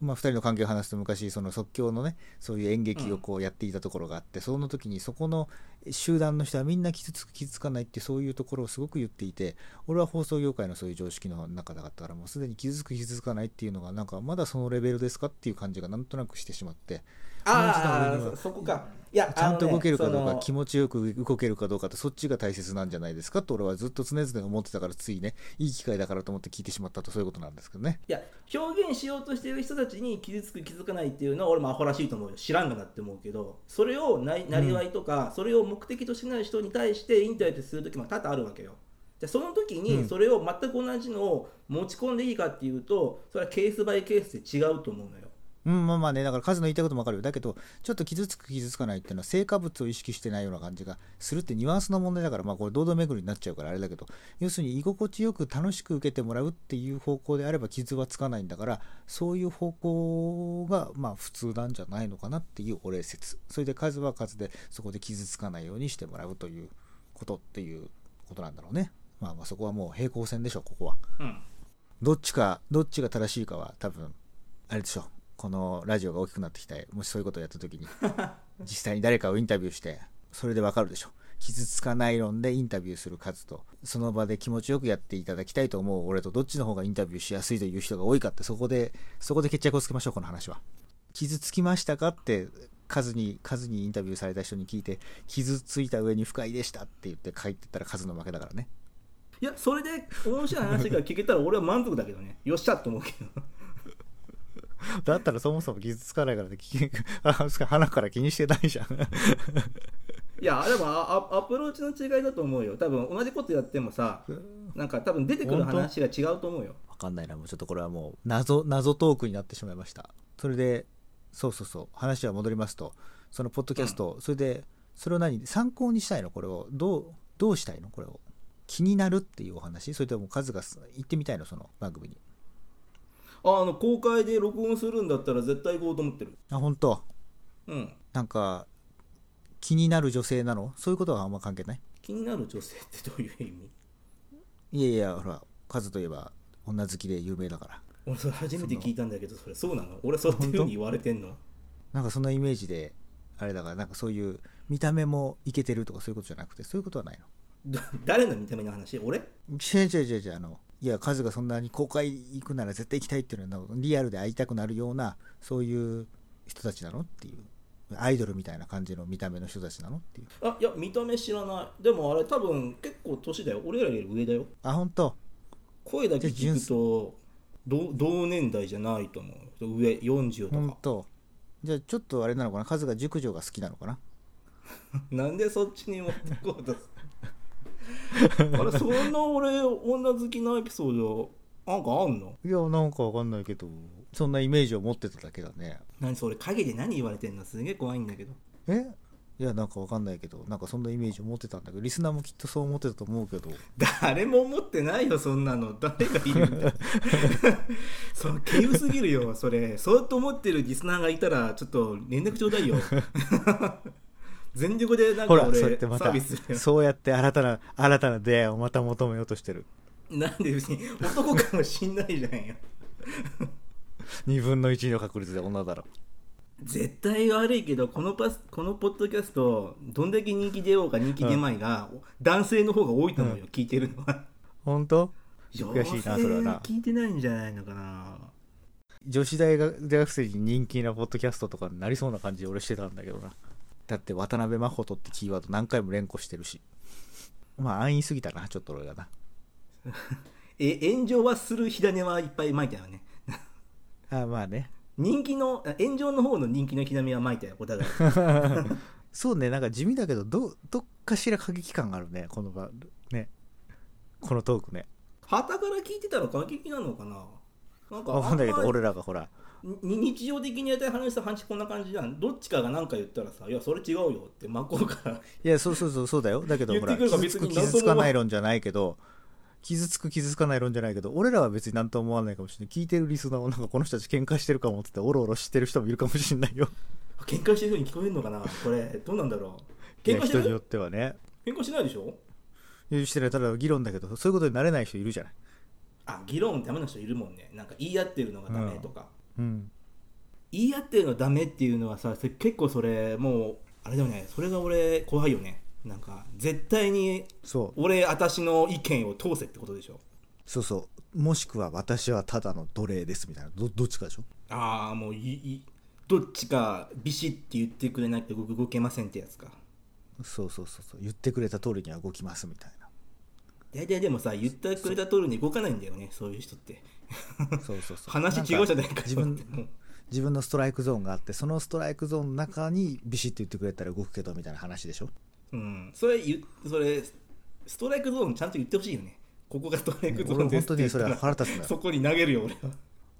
Speaker 2: まあ、2人の関係を話すと昔その即興のねそういう演劇をこうやっていたところがあって、その時にそこの集団の人はみんな傷つく傷つかないってそういうところをすごく言っていて俺は放送業界のそういう常識の中だったからもうすでに傷つく傷つかないっていうのがなんかまだそのレベルですかっていう感じがなんとなくしてしまって
Speaker 1: あ
Speaker 2: その時代に
Speaker 1: あそ
Speaker 2: は
Speaker 1: そこかいや
Speaker 2: ちゃんと動けるかどう
Speaker 1: あの
Speaker 2: か
Speaker 1: ねそ
Speaker 2: 気
Speaker 1: の
Speaker 2: 持ちよく動けるかどうかってそっちが大切なんじゃないですかと俺はずっと常々思ってたからついねいい機会だからと思って聞いてしまったとそういうことなんですけどね。
Speaker 1: いや表現しようとしてる人たちに傷つく気づかないっていうのは俺もアホらしいと思うよ知らんがなって思うけどそれをなりなりわいとか、それを目的としてない人に対してインタビューする時も多々あるわけよじゃあその時
Speaker 2: う
Speaker 1: に
Speaker 2: ん
Speaker 1: それを全く同じのを持ち込んでいいかっていうとそれはケースバイケースで違うと思うのよ
Speaker 2: うん、まあまあね、だから数の言いたいこともわかるよ。だけど、ちょっと傷つく傷つかないっていうのは、成果物を意識してないような感じがするってニュアンスの問題だから、まあこれ堂々巡りになっちゃうからあれだけど、要するに居心地よく楽しく受けてもらうっていう方向であれば傷はつかないんだから、そういう方向が、まあ普通なんじゃないのかなっていうお礼説。それで数は数で、そこで傷つかないようにしてもらうということっていうことなんだろうね。まあまあそこはもう平行線でしょ、ここは。
Speaker 1: うん
Speaker 2: どっちかどっちが正しいかは多分あれでしょこのラジオが大きくなってきてもしそういうことをやった時に [LAUGHS] 実際に誰かをインタビューしてそれでわかるでしょ傷つかない論でインタビューする数とその場で気持ちよくやっていただきたいと思う俺とどっちの方がインタビューしやすいという人が多いかってそこでそこで決着をつけましょうこの話は傷つきましたかって数に数にインタビューされた人に聞いて傷ついた上に不快でしたって言って帰ってったら数の負けだからね
Speaker 1: いやそれで面白い話が聞けたら俺は満足だけどねよっしゃと思うけ [LAUGHS] ど
Speaker 2: だったらそもそも傷つかないからって聞き [LAUGHS] あそうか鼻から気にしてないじゃん
Speaker 1: いやでもああアプローチの違いだと思うよ多分同じことやってもさなんか多分出てくる話が違うと思うよ
Speaker 2: わかんないなもうちょっとこれはもう謎謎トークになってしまいましたそれでそうそうそう話は戻りますとそのポッドキャスト、それでそれを何参考にしたいのこれをどうどうしたいのこれを気になるっていうお話それとも数が行ってみたいのその番組に
Speaker 1: ああの公開で録音するんだったら絶対行こうと思ってる
Speaker 2: あ本当
Speaker 1: うん
Speaker 2: なんか気になる女性なのそういうことはあんま関係ない
Speaker 1: 気になる女性ってどういう意味
Speaker 2: いやいやほら数といえば女好きで有名だから
Speaker 1: [LAUGHS] 俺それ初めて聞いたんだけどそれそうなの俺そうっていうふうに言われてんの
Speaker 2: なんかそのイメージであれだからなんかそういう見た目もイケてるとかそういうことじゃなくてそういうことはないの
Speaker 1: ど誰の見た目の話俺
Speaker 2: 違う違う違う違うあのいや数がそんなに公開行くなら絶対行きたいっていうのはなんかリアルで会いたくなるようなそういう人たちなのっていうアイドルみたいな感じの見た目の人たちなのっていう
Speaker 1: あいや見た目知らないでもあれ多分結構年だよ俺らより上だよ
Speaker 2: あ本当
Speaker 1: 声だけ聞くと同同年代じゃないと思う上40と
Speaker 2: 本
Speaker 1: か
Speaker 2: 当じゃあちょっとあれなのかな数が熟女が好きなのかな
Speaker 1: なんでそっちに持ってこうとす [LAUGHS] あれそんな俺女好きなエピソードなんかあんの
Speaker 2: いやなんかわかんないけどそんなイメージを持ってただけだね
Speaker 1: 何それ陰で何言われてんのすげえ怖いんだけど
Speaker 2: えいやなんかわかんないけどなんかそんなイメージを持ってたんだけどリスナーもきっとそう思ってたと思うけど
Speaker 1: 誰も思ってないよそんなの誰が言うん
Speaker 2: [LAUGHS]
Speaker 1: だよその軽薄すぎるよそれそうやって思ってるリスナーがいたらちょっと連絡ちょうだいよ [LAUGHS] 全力でなんか
Speaker 2: ほら
Speaker 1: 俺サ
Speaker 2: そうやってま
Speaker 1: ー
Speaker 2: た
Speaker 1: ビスするよ
Speaker 2: そうやって新たな新たな出会いをまた求めようとしてる
Speaker 1: なんで別に男かもしんないじゃんよ
Speaker 2: 2分の1の確率で女だろ
Speaker 1: 絶対悪いけどこのパスこのポッドキャストどんだけ人気出ようが人気出まいが、男性の方が多いと思うよ、聞いてるのは
Speaker 2: 本当
Speaker 1: 女性
Speaker 2: 悔しいなそれはな
Speaker 1: 聞いてないんじゃないのかな
Speaker 2: 女子大学大学生に人気なポッドキャストとかになりそうな感じ俺してたんだけどなだって渡辺真琴ってキーワード何回も連呼してるしまあ安易すぎたなちょっと俺がな
Speaker 1: え炎上はする火種はいっぱいまいたよね
Speaker 2: あまあね
Speaker 1: 人気のあ炎上の方の人気の火みはまいたよお互
Speaker 2: [LAUGHS]
Speaker 1: い
Speaker 2: そうねなんか地味だけどどどっかしら過激感があるねこの場ねこのトークね
Speaker 1: 旗から聞いてたら過激なのかななんか
Speaker 2: わかんないけど
Speaker 1: あま
Speaker 2: 俺らがほら
Speaker 1: に日常的にやりたい話した話こんな感じじゃんどっちかが何か言ったらさ「いやそれ違うよ」って真っ向から
Speaker 2: いやそうそうそうそうだよだけど
Speaker 1: 言っ
Speaker 2: ほ
Speaker 1: て
Speaker 2: ら
Speaker 1: くるから
Speaker 2: 傷つく
Speaker 1: 別に何とも
Speaker 2: 傷つかない論じゃないけど傷つく傷つかない論じゃないけど俺らは別に何とも思わないかもしれない聞いてるリスナーもなんかこの人たち喧嘩してるかもっつってオロオロしてる人もいるかもしれないよ
Speaker 1: 喧嘩してるふうに聞こえるのかなこれどうなんだろう喧
Speaker 2: いや
Speaker 1: 嘩して
Speaker 2: 人によ
Speaker 1: る
Speaker 2: ってはね
Speaker 1: 喧嘩しないでしょ
Speaker 2: 許してないただ議論だけどそういうことになれない人いるじゃない
Speaker 1: あ議論ダメな人いるもんねなんか言い合ってるのがダメとか、
Speaker 2: うん
Speaker 1: 言い合ってるのダメっていうのはさせ結構それもうあれだよねそれが俺怖いよねなんか絶対に
Speaker 2: そう
Speaker 1: 俺私の意見を通せってことでしょ
Speaker 2: そうそうもしくは私はただの奴隷ですみたいなどどっちかでしょ
Speaker 1: ああもういいどっちかビシッて言ってくれないと動動けませんってやつか
Speaker 2: そうそうそうそう言ってくれた通りには動きますみたい
Speaker 1: 大体でもさ言ってくれた通りに動かないんだよねそういう人って
Speaker 2: なそうそうそう
Speaker 1: [LAUGHS] 話違うじゃない
Speaker 2: ん
Speaker 1: か
Speaker 2: 自
Speaker 1: と
Speaker 2: 分
Speaker 1: 思って
Speaker 2: 自分のストライクゾーンがあってそのストライクゾーンの中にビシッと言ってくれたら動くけどみたいな話でしょ
Speaker 1: うんそれ言それストライクゾーンちゃんと言ってほしいよねここがストライクゾー
Speaker 2: 俺
Speaker 1: ンで
Speaker 2: 本
Speaker 1: すって
Speaker 2: 当
Speaker 1: 言
Speaker 2: に
Speaker 1: っ
Speaker 2: そ
Speaker 1: た
Speaker 2: れは
Speaker 1: ら
Speaker 2: 腹立つんだよ
Speaker 1: そこに投げるよ俺は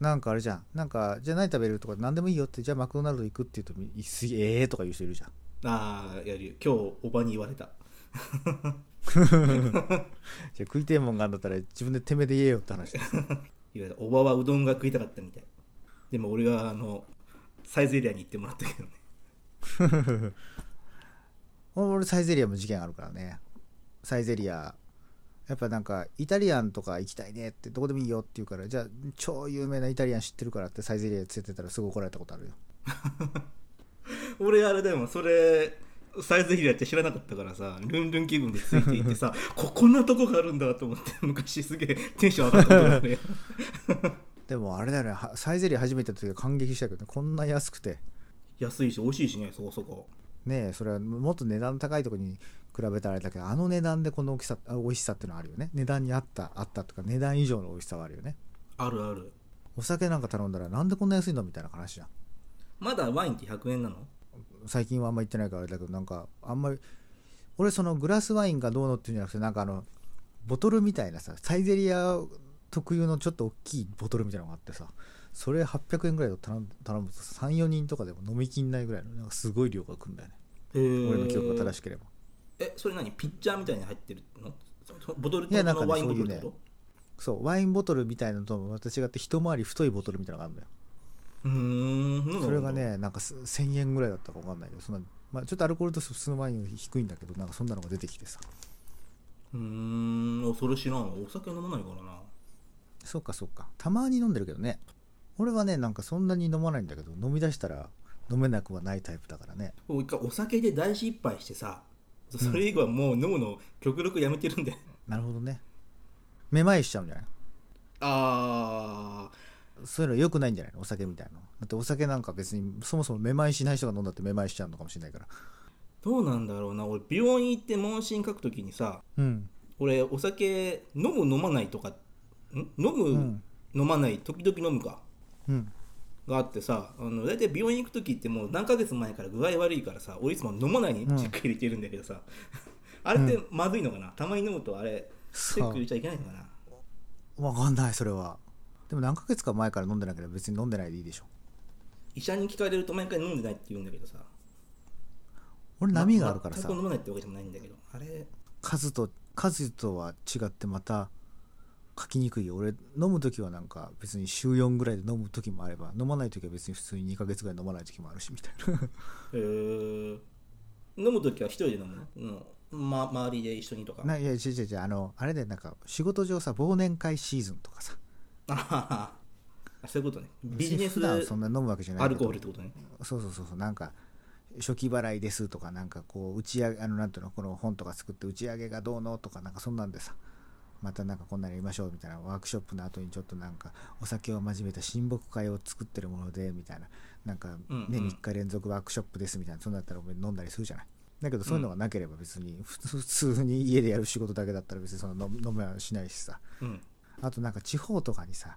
Speaker 2: なんかあれじゃんなんかじゃあ何食べるとか何でもいいよってじゃあマクドナルド行くって言うといすげええーとか言う人いるじゃん
Speaker 1: ああやるよ今日おばに言われた
Speaker 2: じゃあ食いてえもんがあんだったら自分でてめえで言えよって話
Speaker 1: いわゆるおばはうどんが食いたかったみたいでも俺はあのサイズエリアに行ってもらったけどね [LAUGHS]
Speaker 2: 俺サイゼリアも事件あるからねサイゼリアやっぱなんかイタリアンとか行きたいねってどこでもいいよって言うからじゃあ超有名なイタリアン知ってるからってサイゼリア連れてったらすぐ怒られたことあるよ
Speaker 1: 俺あれでもんそれサイズエリアって知らなかったからさルンルン気分でついていってさ [LAUGHS] ここんなとこがあるんだと思って昔すげえテンション上がったことがあるよ
Speaker 2: でもあれだよねはサイゼリア初めて行った時は感激したけどねこんな安くて
Speaker 1: [LAUGHS] 安いし美味しいしねそこそこ
Speaker 2: ねえそれはもっと値段高いところに比べたらあれだけどあの値段でこの大きさあ美味しさっていうのはあるよね値段に合ったあったとか値段以上の美味しさはあるよね
Speaker 1: あるある
Speaker 2: お酒なんか頼んだらなんでこんな安いのみたいな話じゃん
Speaker 1: まだワインって100円なの
Speaker 2: 最近はあんま行ってないからあれだけどなんかあんまり俺そのグラスワインがどうのっていうんじゃなくてなんかあのボトルみたいなさサイゼリア特有のちょっと大きいボトルみたいなのがあってさそれ800円ぐらいで頼む頼むと34人とかでも飲みきんないぐらいのなんかすごい量が来るんだよね
Speaker 1: へえ
Speaker 2: 俺の記憶が正しければ
Speaker 1: えそれ何ピッチャーみたいに入ってるのそそボトル
Speaker 2: いや
Speaker 1: と
Speaker 2: なんか
Speaker 1: の
Speaker 2: ね
Speaker 1: ワインボトルって
Speaker 2: そういうね
Speaker 1: こと
Speaker 2: そうワインボトルみたいなのとまた違って一回り太いボトルみたいなのがあるんだよ
Speaker 1: うーん
Speaker 2: それがねなんかす1000円ぐらいだったか分かんないけどそんな、まあ、ちょっとアルコールと普通のワインより低いんだけどなんかそんなのが出てきてさ
Speaker 1: うーんそれ知らんわお酒飲まないからな
Speaker 2: そうかそうかたまに飲んでるけどね俺はねなんかそんなに飲まないんだけど飲み出したら飲めなくはないタイプだからね
Speaker 1: もう一回お酒で大失敗してさそそれ以後はもう飲むの極力やめてるんで、
Speaker 2: なるほどねめまいしちゃうんじゃない
Speaker 1: ああ
Speaker 2: そういうの良くないんじゃないのお酒みたいなのだってお酒なんか別にそもそもめまいしない人が飲んだってめまいしちゃうのかもしれないから
Speaker 1: どうなんだろうな俺病院行って問診書くときにさ
Speaker 2: うん
Speaker 1: 俺お酒飲む飲まないとかん飲む、
Speaker 2: うん
Speaker 1: 飲まない時々飲むか
Speaker 2: うん
Speaker 1: があってさあの大体病院行く時ってもう何ヶ月前から具合悪いからさ俺いつも飲まないにチェック入れてるんだけどさ、あれってまずいのかな、たまに飲むとあれチェック入れちゃいけないのかな
Speaker 2: 分かんないそれはでも何ヶ月か前から飲んでなければ別に飲んでないでいいでしょ
Speaker 1: 医者に聞かれると毎回飲んでないって言うんだけどさ
Speaker 2: 俺波があるからさ
Speaker 1: 全く飲まないってわけじゃないんだけどあれ
Speaker 2: 数と数とは違ってまた書きにくいよ俺飲む時はなんか別に週4ぐらいで飲む時もあれば飲まない時は別に普通に2ヶ月ぐらい飲まない時もあるしみたいな
Speaker 1: えー、飲む時は一人で飲むの、うんま、周りで一緒にとか
Speaker 2: ないや違う違う違うあのあれでなんか仕事上さ忘年会シーズンとかさ
Speaker 1: [LAUGHS] あははあそういうことねビジネス
Speaker 2: 別に普段そんな飲むわけじゃない
Speaker 1: ア
Speaker 2: け
Speaker 1: ルコー
Speaker 2: ど
Speaker 1: ルってことね
Speaker 2: そうそうそうそうなんか初期払いですとかなんかこう打ち上げあのなんていうのこの本とか作って打ち上げがどうのとかなんかそんなんでさまたなんかこんなのやりましょうみたいなワークショップの後にちょっとなんかお酒を交めた親睦会を作ってるものでみたいななんかね、
Speaker 1: うんうん
Speaker 2: 3日連続ワークショップですみたいなそんなんだったら俺飲んだりするじゃないだけどそういうのがなければ別に普通普通に家でやる仕事だけだったら別にその飲飲めはしないしさ
Speaker 1: うん
Speaker 2: あとなんか地方とかにさ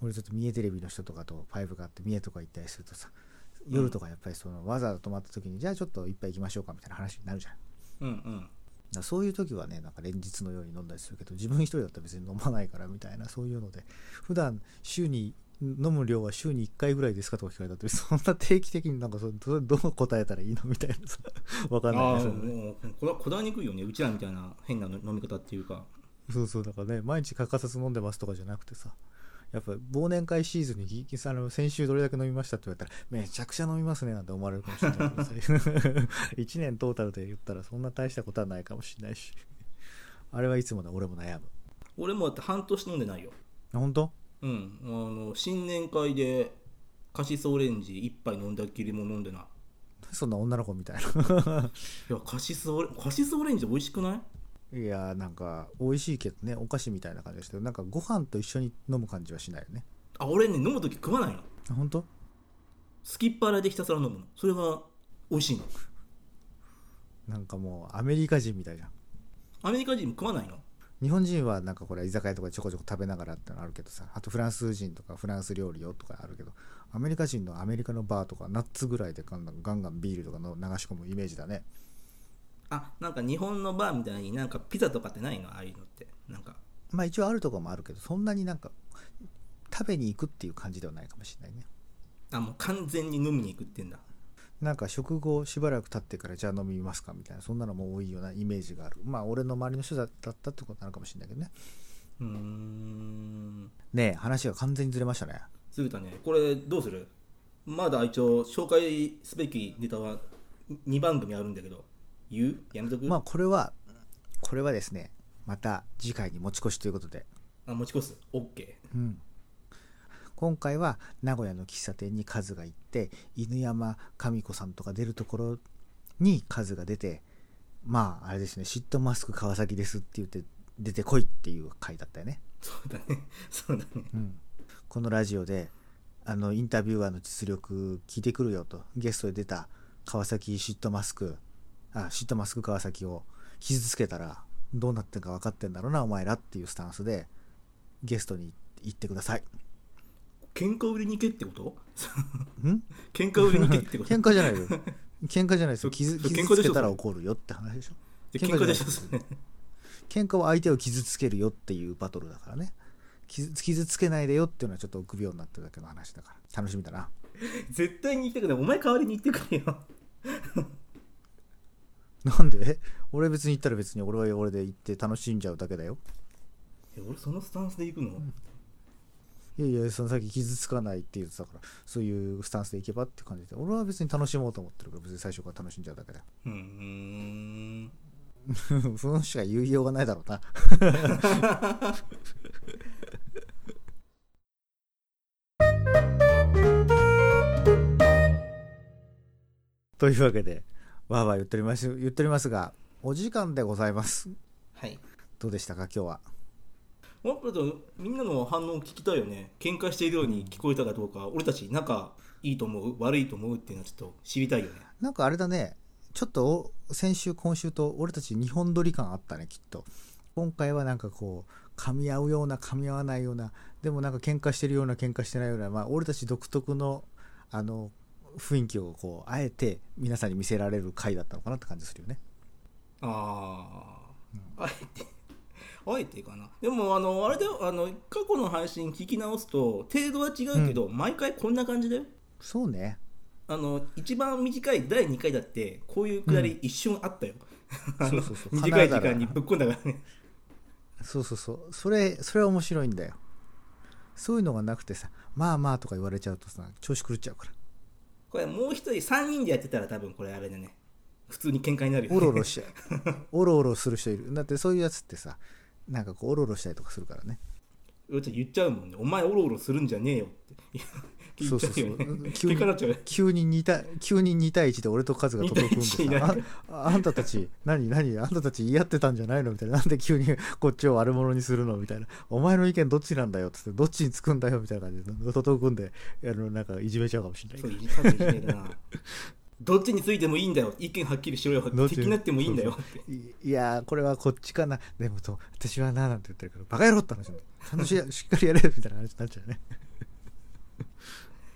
Speaker 2: 俺ちょっと三重テレビの人とかとパイプがあって三重とか行ったりするとさ夜とかやっぱりそのわざわざ泊まった時にじゃあちょっと一杯行きましょうかみたいな話になるじゃんだか
Speaker 1: うんうん
Speaker 2: らそういう時はねなんか連日のように飲んだりするけど自分一人だったら別に飲まないからみたいなそういうので普段週に飲む量は週に1回ぐらいですかとか聞かれたってそんな定期的になんかそれどどう答えたらいいのみたいなさわかんない
Speaker 1: あ
Speaker 2: ね
Speaker 1: あ
Speaker 2: そ
Speaker 1: ー
Speaker 2: れね
Speaker 1: もうこれはこだわりにくいよねうちらみたいな変なの飲み方っていうか
Speaker 2: そうそうだからね毎日欠かさず飲んでますとかじゃなくてさやっぱ忘年会シーズンにぎぎあの先週どれだけ飲みましたって言われたらめちゃくちゃ飲みますねなんて思われるかもしれないけどさ [LAUGHS] 一年トータルで言ったらそんな大したことはないかもしれないし [LAUGHS] あれはいつもだ俺も悩む
Speaker 1: 俺もだって半年飲んでないよ
Speaker 2: あ本当
Speaker 1: うんあの新年会でカシスオレンジ一杯飲んだっきりも飲んでない
Speaker 2: そんな女の子みたいな
Speaker 1: いやカシスオレカシスオレンジ美味しくない
Speaker 2: いやーなん [LAUGHS] か美味しいけどねお菓子みたいな感じですけどなんかご飯と一緒に飲む感じはしないよね
Speaker 1: あ俺ね飲む時食わないの
Speaker 2: あ本当
Speaker 1: すきっ腹でひたすら飲むのそれが美味しいの
Speaker 2: なんかもうアメリカ人みたいじゃん
Speaker 1: アメリカ人食わないの
Speaker 2: 日本人はなんかこれ居酒屋とかでちょこちょこ食べながらってのあるけどさあとフランス人とかフランス料理よとかあるけどアメリカ人のアメリカのバーとかナッツぐらいでガンガンガンガンビールとかの流し込むイメージだね
Speaker 1: あなんか日本のバーみたいになんかピザとかってないのああいうのってなんか
Speaker 2: まあ一応あるとこもあるけどそんなになんか食べに行くっていう感じではないかもしれないね
Speaker 1: あもう完全に飲みに行くってんだ
Speaker 2: なんか食後しばらく経ってからじゃあ飲みますかみたいなそんなのも多いようなイメージがあるまあ俺の周りの人だったってことなのかもしれないけどね
Speaker 1: うーん
Speaker 2: ねえ話が完全にずれましたね
Speaker 1: 鶴田ねこれどうするまだ一応紹介すべきネタは2番組あるんだけど言うやめとく、
Speaker 2: まあこれはこれはですねまた次回に持ち越しということで
Speaker 1: あ持ち越す OK
Speaker 2: うん、今回は名古屋の喫茶店にカズが行って犬山神子さんとか出るところにカズが出てまああれですね「シットマスク川崎です」って言って出てこいっていう回だったよね、
Speaker 1: そうだねそうだね
Speaker 2: うん、このラジオであのインタビュアーの実力聞いてくるよとゲストで出た川崎シットマスクあシットマスク川崎を傷つけたらどうなってんか分かってんだろうなお前らっていうスタンスでゲストに行ってください。
Speaker 1: 喧嘩売りに行けってこと
Speaker 2: ん
Speaker 1: 喧嘩売りに行けってこと
Speaker 2: 喧嘩じゃないよ喧嘩じゃないです
Speaker 1: そ
Speaker 2: よ傷
Speaker 1: そ
Speaker 2: 傷
Speaker 1: 喧嘩
Speaker 2: つ
Speaker 1: でし
Speaker 2: け
Speaker 1: ょ
Speaker 2: たら怒るよって話でしょ
Speaker 1: じゃあ喧嘩でしょ
Speaker 2: 喧嘩じゃ
Speaker 1: それ
Speaker 2: 喧嘩は相手を傷つけるよっていうバトルだからね傷傷つけないでよっていうのはちょっと臆病になってるだけの話だから楽しみだな
Speaker 1: 絶対に行きたくないお前代わりに行ってくれよ
Speaker 2: なんで俺別に行ったら別に俺は俺で行って楽しんじゃうだけだよ
Speaker 1: え俺そのスタンスで行くの、
Speaker 2: いやいやそのさっき傷つかないって言ってたからそういうスタンスで行けばって感じで俺は別に楽しもうと思ってるから別に最初から楽しんじゃうだけだよ
Speaker 1: うーん
Speaker 2: そのしか言いようがないだろうな [LAUGHS] というわけでわーわー言っております言っておりますがお時間でございます
Speaker 1: はい
Speaker 2: どうでしたか今日は
Speaker 1: もっとみんなの反応を聞きたいよね喧嘩しているように聞こえたかどうか、俺たち仲いいと思う悪いと思うっていうのはちょっと知りたいよね
Speaker 2: なんかあれだねちょっとお先週今週と俺たち日本撮り感あったねきっと今回はなんかこう噛み合うような噛み合わないようなでもなんか喧嘩してるような喧嘩してないような、まあ、俺たち独特のあの雰囲気をこうあえて皆さんに見せられる回だったのかなって感じするよね
Speaker 1: ああ、あえてあえてかなでもあのあれだよあの過去の配信聞き直すと程度は違うけど、毎回こんな感じだよ
Speaker 2: そうね
Speaker 1: あの一番短い第2回だってこういうくだり一瞬あったよ、あの
Speaker 2: そうそうそう
Speaker 1: 短い時間にぶっ込んだからね
Speaker 2: そうそうそうそれそれは面白いんだよそういうのがなくてさまあまあとか言われちゃうとさ調子狂っちゃうから
Speaker 1: これもう一人3人でやってたら多分これあれだね普通に喧嘩になるよ、ね、
Speaker 2: おろおろしちゃう [LAUGHS] おろおろする人いるだってそういうやつってさなんかこうおろおろしたりとかするからね
Speaker 1: うち言っちゃうもんねお前おろおろするんじゃねえよって言
Speaker 2: そ
Speaker 1: っ
Speaker 2: う
Speaker 1: ち
Speaker 2: そ
Speaker 1: ゃ
Speaker 2: う
Speaker 1: う
Speaker 2: そう
Speaker 1: よね
Speaker 2: 急
Speaker 1: 喧
Speaker 2: に
Speaker 1: 嘩になっちゃうよね
Speaker 2: 急に2対急に2対1で俺とカズが飛び込ん
Speaker 1: [LAUGHS]
Speaker 2: で
Speaker 1: 2
Speaker 2: さ
Speaker 1: 対1
Speaker 2: ああんたたち何何あんたたち言い合ってたんじゃないのみたいななんで急に [LAUGHS] こっちを悪者にするのみたいなお前の意見どっちなんだよっつってどっちにつくんだよみたいな感じでどと組んであのなんかいじめちゃうかもしれない
Speaker 1: そういじ多分いじめるなどっちについてもいいんだよ意見はっきりしろよ
Speaker 2: どっち
Speaker 1: 敵になってもいいんだよって
Speaker 2: いいやーこれはこっちかなでもと私はななんて言ってるからバカ野郎って話なんだよちゃんとししっかりやれよみたいな [LAUGHS] 話になっちゃうね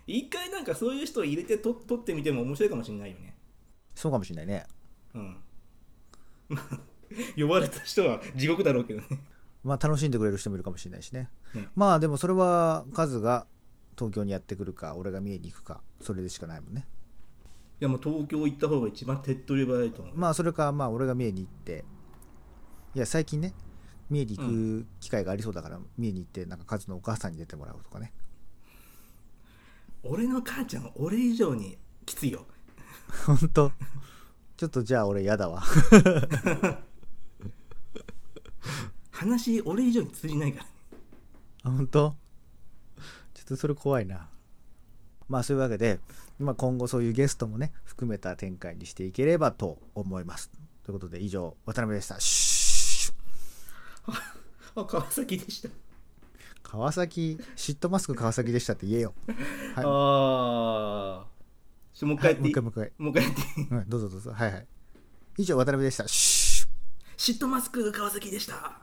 Speaker 1: 一回なんかそういう人を入れてと取ってみても面白いかもしれないよね
Speaker 2: そうかもしれないね
Speaker 1: うん [LAUGHS] 呼ばれた人は地獄だろうけどね
Speaker 2: まあ楽しんでくれる人もいるかもしれないしね、
Speaker 1: うん
Speaker 2: まあでもそれはカズが東京にやってくるか俺が見えに行くかそれでしかないもんね
Speaker 1: いやもう東京行った方が一番手っ取り早いと思う、
Speaker 2: まあそれかまあ俺が三重に行っていや最近ね三重に行く機会がありそうだから三重に行ってなんかカズのお母さんに出てもらうとかね [LAUGHS]
Speaker 1: 俺の母ちゃん俺以上にきついよ
Speaker 2: 本当ちょっとじゃあ俺嫌だわ [LAUGHS]
Speaker 1: 話俺以上に通じないから
Speaker 2: 本当ちょっとそれ怖いなまあそういうわけで、まあ、今後そういうゲストもね含めた展開にしていければと思いますということで以上渡辺でしたシュッ
Speaker 1: あ川崎でした、
Speaker 2: 川崎シットマスク川崎でしたって言えよはい
Speaker 1: ああちょもう一回やっていい、
Speaker 2: はいもう一回
Speaker 1: もう一回やっていい
Speaker 2: うん、どうぞどうぞはいはい以上渡辺でしたシュッ
Speaker 1: シットマスク川崎でした